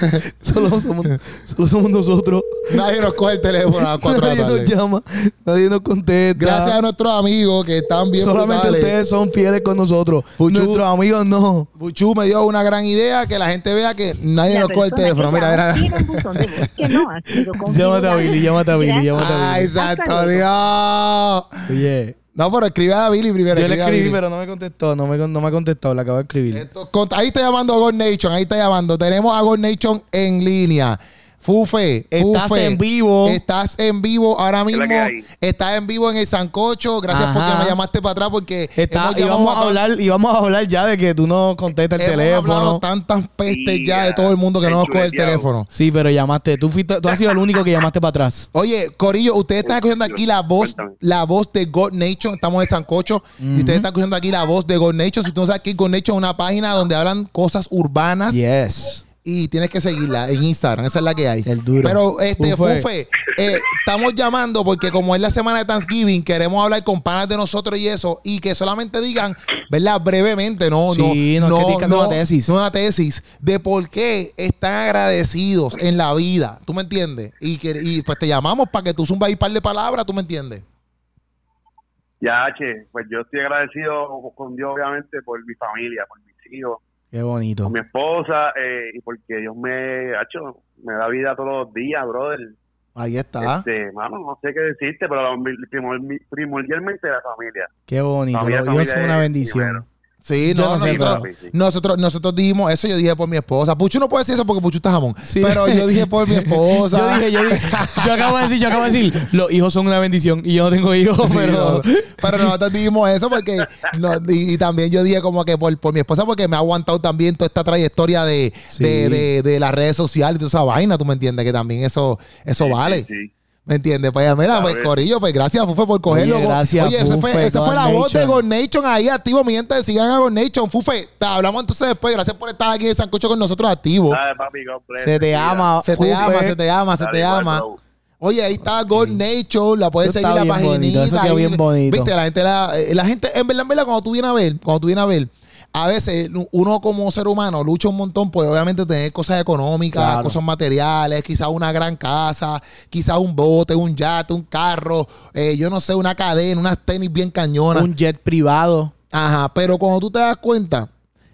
Solo somos, solo somos nosotros.
Nadie nos coge el teléfono a las 4 de la
nadie
tarde.
nos llama, nadie nos contesta.
Gracias a nuestros amigos que están bien
Solamente
brutales.
ustedes son fieles con nosotros.
Puchu.
Nuestros amigos no.
Buchu me dio una gran idea que la gente vea que nadie
La
nos coge el
persona
teléfono.
que
Mira,
llama
mira.
Tiene un buzón de voz que no ha sido
Llámate a Billy, llámate a Billy,
Gracias.
llámate a
Ay,
Billy.
santo Ah, Dios.
Oye,
No, pero escribe a Billy primero.
yo le
escribe a
escribí,
Billy.
pero no me contestó, no me, con- no me ha contestado, le acabo de escribir.
Esto- con- ahí está llamando a God Nation, ahí está llamando. Tenemos a God Nation en línea. Fufe,
Estás
Fufe,
en vivo.
Estás en vivo ahora
es
mismo.
la que hay?
Estás en vivo en el Sancocho. Gracias
Ajá.
porque me llamaste para atrás porque
Está,
hemos
y
llamado
vamos a
tan-
hablar, y vamos a hablar ya de que tú no contestas el
hemos hablado
teléfono.
tantas pestes
Y,
ya de
ah,
todo el mundo que no nos coge el
enchuleteado.
teléfono.
Sí, pero llamaste, tú fuiste, tú has sido el único que llamaste para atrás.
Oye, Corillo, ustedes están escuchando aquí la voz,
Cuéntame.
la voz de God Nation. Estamos en Sancocho. Y ustedes están escuchando aquí la voz de God Nation. Si tú no sabes que God Nation es una página donde hablan cosas urbanas
Yes.
y tienes que seguirla en Instagram. Esa es la que hay.
El duro.
Pero, este,
Fufe.
Fufe, eh, estamos llamando porque como es la semana de Thanksgiving, queremos hablar con panas de nosotros y eso, y que solamente digan, ¿verdad? Brevemente, no,
Sí,
no,
no, que digas una tesis.
no una tesis de por qué están agradecidos en la vida. ¿Tú me entiendes? Y, que, y pues te llamamos para que tú zumbas ahí un par de palabras, ¿tú me entiendes?
Ya, che, pues yo estoy agradecido con Dios, obviamente, por mi familia, por mis hijos,
Qué bonito.
por mi esposa, eh, y porque Dios me ha hecho, me da vida todos los días, brother.
Ahí está.
Este, mano, no sé qué decirte, pero la- mi- primordi- primordialmente la familia.
Qué bonito.
Familia,
Los hijos
familia
son una
es
bendición.
primero.
Sí,
Yo
no,
no sé,
nosotros,
pero- Sí, sí.
nosotros, nosotros dijimos eso. Yo dije por mi esposa. Puchu no puede decir eso porque Puchu está jamón.
Sí.
Pero yo dije por mi esposa.
Yo dije, yo dije, yo acabo de decir, yo acabo de decir, los hijos son una bendición y yo no tengo hijos,
Sí,
pero
no, pero nosotros dijimos eso porque no, y, y también yo dije como que por, por mi esposa porque me ha aguantado también toda esta trayectoria de,
Sí.
de, de- de las redes sociales y toda esa vaina tú me entiendes que también eso eso vale
Sí.
me entiendes pues mira pues
Claro.
Corillo pues gracias Fufe por cogerlo
Oye, gracias,
Oye, esa fue,
Fufe,
esa fue la
God
voz de
Nation.
God Nation ahí activo mi gente sigan a God Nation Fufe te hablamos entonces después gracias por estar aquí en Sancocho con nosotros activo
Dale, papi, God bless.
se te
Mira,
ama.
se te
Jufe.
ama se te ama se
Ah, dale, pues,
te
igual,
ama
bro.
Oye, ahí está God Nature, la puedes
Eso
seguir
está
la
bien
paginita.
bonito, eso quedó
ahí.
bien bonito.
Viste, la gente, la, eh, la gente, en verdad, en verdad, cuando tú vienes a ver, cuando tú vienes a ver, a veces uno como ser humano lucha un montón por obviamente tener cosas económicas,
Claro.
cosas materiales, quizás una gran casa, quizás un bote, un yate, un carro, eh, yo no sé, una cadena, unas tenis bien cañonas.
un jet privado.
Ajá, pero cuando tú te das cuenta,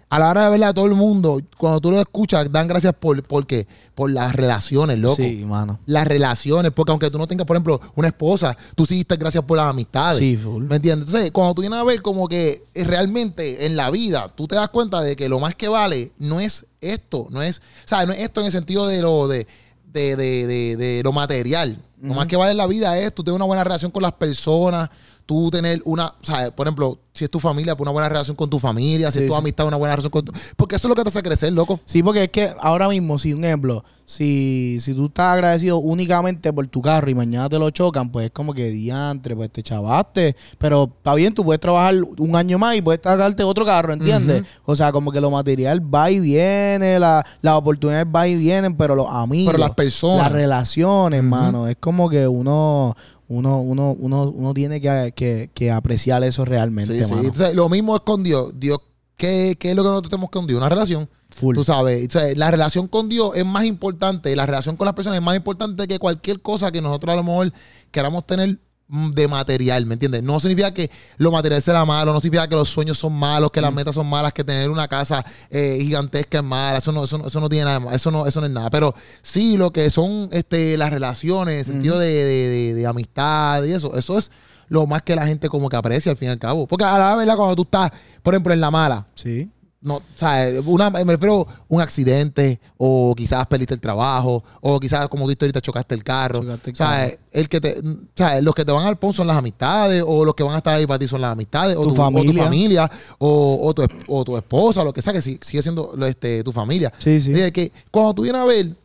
a la hora de verle a todo el mundo, cuando tú lo escuchas, dan gracias por, porque, por las relaciones, loco
Sí, mano.
las relaciones, porque aunque tú no tengas, por ejemplo, una esposa, tú sí diste gracias por las amistades.
Sí, full.
¿Me entiendes? Entonces, cuando tú vienes a ver como que eh, realmente en la vida, tú te das cuenta de que lo más que vale no es esto, no es, o sea, no es esto en el sentido de lo de de, de- de- de lo material. Lo más que vale en la vida es tú tener una buena relación con las personas, tú tener una, o sea, por ejemplo, si es tu familia, pues una buena relación con tu familia, si
Sí,
es tu
sí.
amistad, una buena relación con tu... Porque eso es lo que te hace crecer, loco.
Sí, porque es que ahora mismo, si un ejemplo, si, si tú estás agradecido únicamente por tu carro y mañana te lo chocan, pues es como que diantre, pues te chavaste. Pero está bien, tú puedes trabajar un año más y puedes sacarte otro carro, ¿entiendes? O sea, como que lo material va y viene, la- las oportunidades va y vienen, pero los amigos.
Pero las personas.
Las relaciones, mano. Es como que uno, uno, uno, uno, uno tiene que, que- que apreciar eso realmente,
Sí, sí.
mano.
Entonces, lo mismo es con Dios. Dios, ¿qué, qué es lo que nosotros tenemos con Dios? Una relación.
Full.
Tú sabes, o sea, la relación con Dios es más importante, la relación con las personas es más importante que cualquier cosa que nosotros a lo mejor queramos tener mm, de material, ¿me entiendes? No significa que lo material será malo, no significa que los sueños son malos, que las metas son malas, que tener una casa eh, gigantesca es mala, eso no, eso no, eso no tiene nada, de malo, eso no, eso no es nada, pero sí lo que son este, las relaciones, el sentido de, de- de- de amistad y eso, eso es lo más que la gente como que aprecia al fin y al cabo, porque a la verdad cuando tú estás, por ejemplo, en la mala,
Sí.
no, o sea, una, me refiero un accidente, o quizás perdiste el trabajo, o quizás, como dijiste ahorita, chocaste el carro.
Chocaste el
O sea, el que te, o sea, los que te van al PON son las amistades, o los que van a estar ahí para ti son las amistades, o
Tu
tu, familia, o tu,
familia.
familia, o, o tu, esp- o tu esposa, lo que sea, que si- sigue siendo lo, este, tu familia.
Sí, sí.
Dice que cuando tú vienes a ver,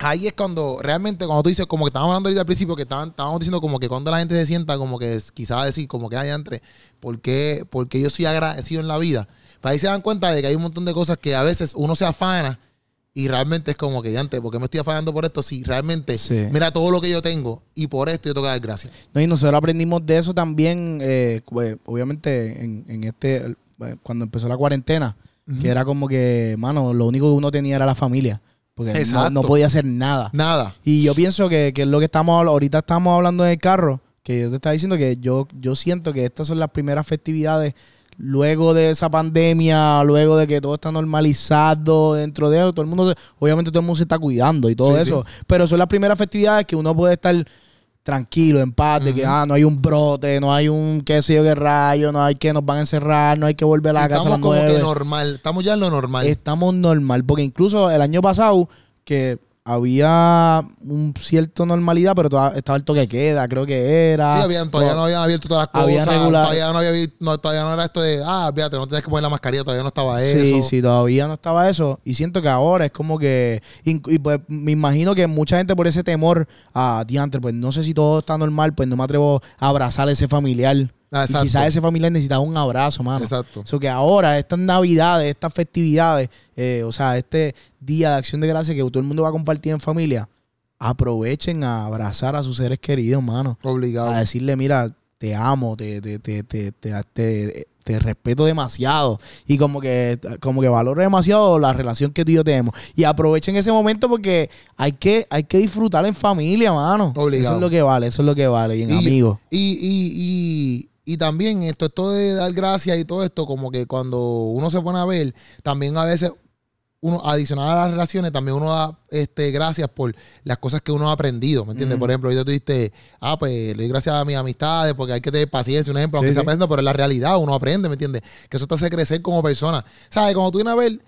ahí es cuando realmente, cuando tú dices, como que estábamos hablando ahorita al principio, que estaban- estábamos diciendo como que cuando la gente se sienta, como que es- quizás decir, como que hay entre, ¿por qué, por qué yo soy agradecido en la vida? Para ahí se dan cuenta de que hay un montón de cosas que a veces uno se afana y realmente es como que, antes, ¿por qué me estoy afanando por esto? Si realmente,
Sí.
mira todo lo que yo tengo y por esto yo tengo que dar gracias.
No, y nosotros aprendimos de eso también, eh, pues, obviamente, en, en este, el- eh, cuando empezó la cuarentena, que era como que, mano, lo único que uno tenía era la familia, porque no-
Exacto.
no, podía hacer nada.
Nada.
Y yo pienso que, que es lo que estamos hablando, ahorita estamos hablando en el carro, que yo te estaba diciendo que yo, yo siento que estas son las primeras festividades luego de esa pandemia, luego de que todo está normalizado dentro de eso, todo el mundo, se- obviamente todo el mundo se está cuidando y todo
Sí,
eso, pero son las primeras festividades que uno puede estar tranquilo, en paz, de que ah, no hay un brote, no hay un qué sé yo qué rayo, no hay que nos van a encerrar, no hay que volver a la
Si
casa a las
estamos como que
nueve.
normal, estamos ya en lo normal.
Estamos normal, porque incluso el año pasado que había un cierto normalidad, pero toda- estaba el toque de queda, creo que era.
Sí, habían, todavía no
Todo-
habían abierto todas las
habían
cosas.
regular-
Todavía no había vi- no, todavía no era esto de, ah, fíjate, no tienes que poner la mascarilla, todavía no estaba
Sí,
eso.
sí, todavía no estaba eso. Y siento que ahora es como que. Y, y pues me imagino que mucha gente por ese temor a diantre, pues no sé si todo está normal, pues no me atrevo a abrazar a ese familiar.
Ah,
Y
exacto.
quizás ese familiar necesitaba un abrazo, mano.
Exacto.
So que ahora, estas navidades, estas festividades, eh, o sea, este día de acción de gracia que todo el mundo va a compartir en familia, aprovechen a abrazar a sus seres queridos, mano.
Obligado.
A decirle, mira, te amo, te, te, te, te, te, te- te respeto demasiado. Y como que, como que valoro demasiado la relación que tú y yo tenemos. Y aprovechen ese momento porque hay que, hay que disfrutar en familia, mano. Eso
Obligado.
es lo que vale, eso es lo que vale. Y en
Y-
amigos.
Y, y, y, y también esto, esto de dar gracias y todo esto, como que cuando uno se pone a ver, también a veces uno adicional a las relaciones también uno da este gracias por las cosas que uno ha aprendido ¿me entiendes? por ejemplo ahorita tú dijiste ah pues le doy gracias a mis amistades porque hay que tener paciencia un ejemplo aunque
Sí,
sea
sí.
pensando pero es la realidad uno aprende ¿me entiendes? que eso te hace crecer como persona ¿sabes? cuando tú vienes a ver todas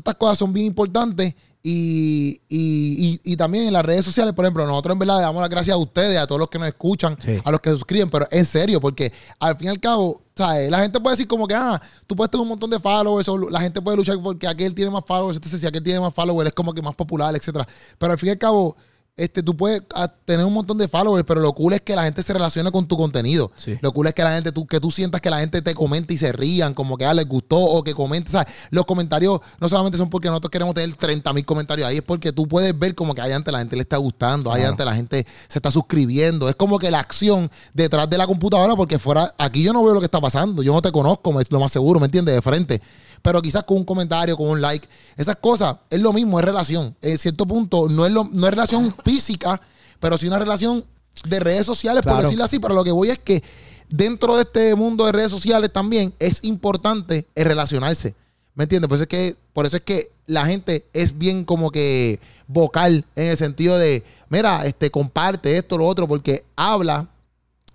estas cosas son bien importantes y, y, y, y también en las redes sociales por ejemplo nosotros en verdad le damos las gracias a ustedes a todos los que nos escuchan
Sí.
a los que suscriben, pero en serio, porque al fin y al cabo, ¿sabes? La gente puede decir como que, ah, tú puedes tener un montón de followers, o la gente puede luchar porque aquel tiene más followers, entonces si aquel tiene más followers es como que más popular, etcétera. Pero al fin y al cabo, este, tú puedes ah, tener un montón de followers, pero lo cool es que la gente se relacione con tu contenido.
Sí.
Lo cool es que la gente, tú, que tú sientas que la gente te comenta y se rían, como que ah, les gustó o que comenten. ¿sabes? Los comentarios no solamente son porque nosotros queremos tener 30 mil comentarios ahí, es porque tú puedes ver como que ahí antes la gente le está gustando, ahí antes la gente se está suscribiendo. Es como que la acción detrás de la computadora, porque fuera, aquí yo no veo lo que está pasando, yo no te conozco, es lo más seguro, ¿me entiendes? De frente. Pero quizás con un comentario, con un like, esas cosas es lo mismo, es relación. En cierto punto, no es, lo, no es relación física, pero sí una relación de redes sociales,
Claro.
por decirlo así, pero lo que voy es que dentro de este mundo de redes sociales también es importante el relacionarse. ¿Me entiendes? Por eso es que, por eso es que la gente es bien como que vocal en el sentido de, mira, este, comparte esto, lo otro, porque habla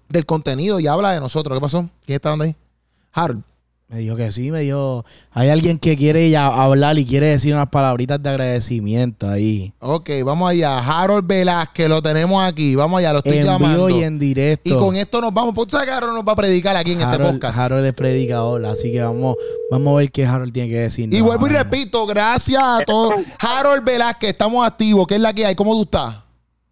del contenido y habla de nosotros. ¿Qué pasó? ¿Quién está dando ahí? Harold.
Me dijo que sí, me dijo. Hay alguien que quiere ya hablar y quiere decir unas palabritas de agradecimiento ahí.
Ok, vamos allá. Harold Velázquez, lo tenemos aquí. Vamos allá, lo estoy
en
llamando.
vivo y en directo.
Y con esto nos vamos. Pues tú sabes que Harold nos va a predicar aquí en este
Harold-
podcast.
Harold es predicador, así que vamos, vamos a ver qué Harold tiene que decir.
y
No,
vuelvo y
mano.
repito, gracias a todos. Harold Velázquez, estamos activos. ¿Qué es la que hay? ¿Cómo tú estás?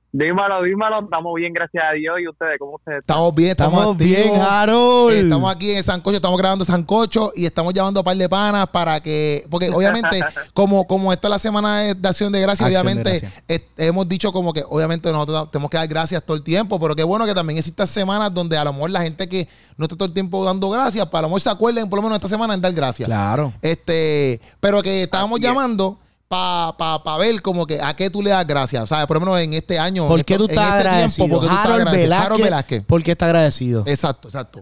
Dímelo, dímelo, estamos bien, gracias a Dios. ¿Y ustedes, cómo ustedes?
Estamos bien, estamos,
Estamos
activos.
bien, Harold.
Eh, Estamos aquí en Sancocho, estamos grabando Sancocho y estamos llamando a par de panas para que, porque obviamente, como, como esta es la semana de, de Acción de Gracias,
Acción de
obviamente
Gracias.
es- hemos dicho como que obviamente nosotros tenemos que dar gracias todo el tiempo, pero qué bueno que también existen semanas donde a lo mejor la gente que no está todo el tiempo dando gracias, para lo mejor se acuerden por lo menos esta semana en dar gracias.
Claro.
Este, pero que estábamos
Así es.
llamando para pa, pa ver como que a qué tú le das gracias, ¿sabes? Por lo menos en este año.
¿Por
en
qué tú
esto- en
estás
este tiempo,
agradecido?
¿por qué tú estás
Harold,
agradecido?
Velázquez,
Harold Velázquez.
¿Por qué está agradecido?
Exacto, exacto.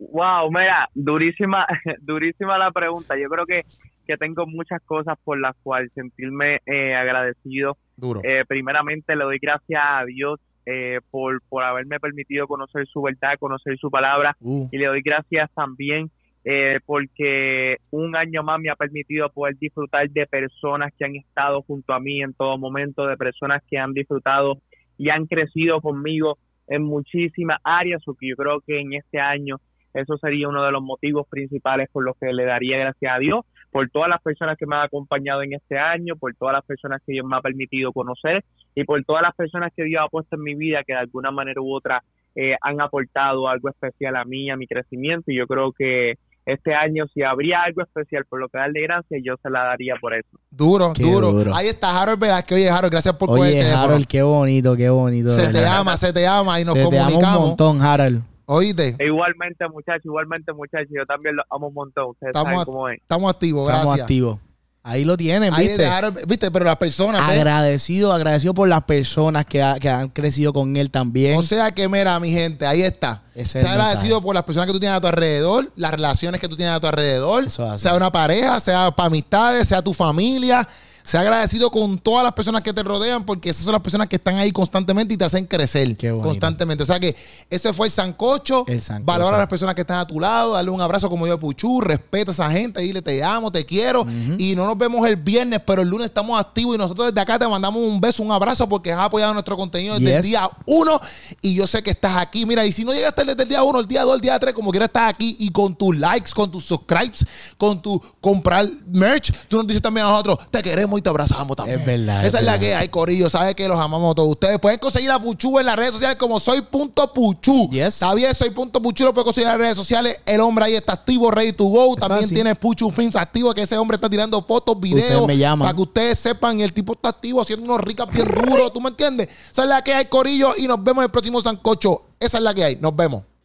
Wow, mira, durísima, durísima la pregunta. Yo creo que, que tengo muchas cosas por las cuales sentirme eh, agradecido.
Duro.
Eh, primeramente le doy gracias a Dios eh, por, por haberme permitido conocer su verdad, conocer su palabra
Uh,
y le doy gracias también eh, porque un año más me ha permitido poder disfrutar de personas que han estado junto a mí en todo momento, de personas que han disfrutado y han crecido conmigo en muchísimas áreas, o que yo creo que en este año eso sería uno de los motivos principales por los que le daría gracias a Dios, por todas las personas que me han acompañado en este año, por todas las personas que Dios me ha permitido conocer y por todas las personas que Dios ha puesto en mi vida que de alguna manera u otra eh, han aportado algo especial a mí, a mi crecimiento y yo creo que este año si habría algo especial por lo que darle gracias, yo se la daría por eso.
Duro,
Qué
duro,
duro.
Ahí está Harold Velázquez. Oye, Harold, gracias por coger el
Oye,
teléfono.
Harold, qué bonito, qué bonito. de
se te
verdad.
ama, se te ama y nos
Se te ama un
comunicamos.
montón, Harold.
Oíste,
E igualmente muchachos, igualmente muchachos, yo también los amo un montón, ustedes
Estamos
saben
a-
cómo es.
estamos activos,
Estamos
gracias.
activos. Ahí lo tienen,
Ahí
¿viste?
de Harold, viste, pero las personas. ¿ves?
Agradecido, agradecido por las personas que, ha- que han crecido con él también.
O sea que, mira, mi gente, ahí está.
Ese es
Se
el
agradecido
mensaje.
por las personas que tú tienes a tu alrededor, las relaciones que tú tienes a tu alrededor,
Eso es así.
sea una pareja, sea para amistades, sea tu familia. Se agradecido con todas las personas que te rodean porque esas son las personas que están ahí constantemente y te hacen crecer
Qué bonito.
constantemente. O sea que ese fue el sancocho.
El sancocho.
Valora a las personas que están a tu lado, darle un abrazo como yo a Puchu, respeta a esa gente, dile te amo, te quiero. Y no nos vemos el viernes, pero el lunes estamos activos y nosotros desde acá te mandamos un beso, un abrazo porque has apoyado nuestro contenido desde el
Yes.
día uno y yo sé que estás aquí. Mira, y si no llegaste desde el día uno, el día dos, el día tres, como quieras, estás aquí y con tus likes, con tus subscribes, con tu comprar merch, tú nos dices también a nosotros, te queremos y te abrazamos también.
Es verdad,
Esa
es
es, la
verdad.
que hay, Corillo. Sabes que los amamos a todos ustedes. Pueden conseguir a Puchu en las redes sociales como soy.puchu.
Yes.
Está bien, soy.puchu. Lo puedes conseguir en las redes sociales. El hombre ahí está activo, ready to go. también
así.
tiene Puchu Films activo, que ese hombre está tirando fotos, videos.
Ustedes me llaman.
Para que ustedes sepan, el tipo está activo haciendo unos ricas bien duros. ¿Tú me entiendes? Esa es la que hay, Corillo. Y nos vemos en el próximo Sancocho. Esa es la que hay. Nos vemos.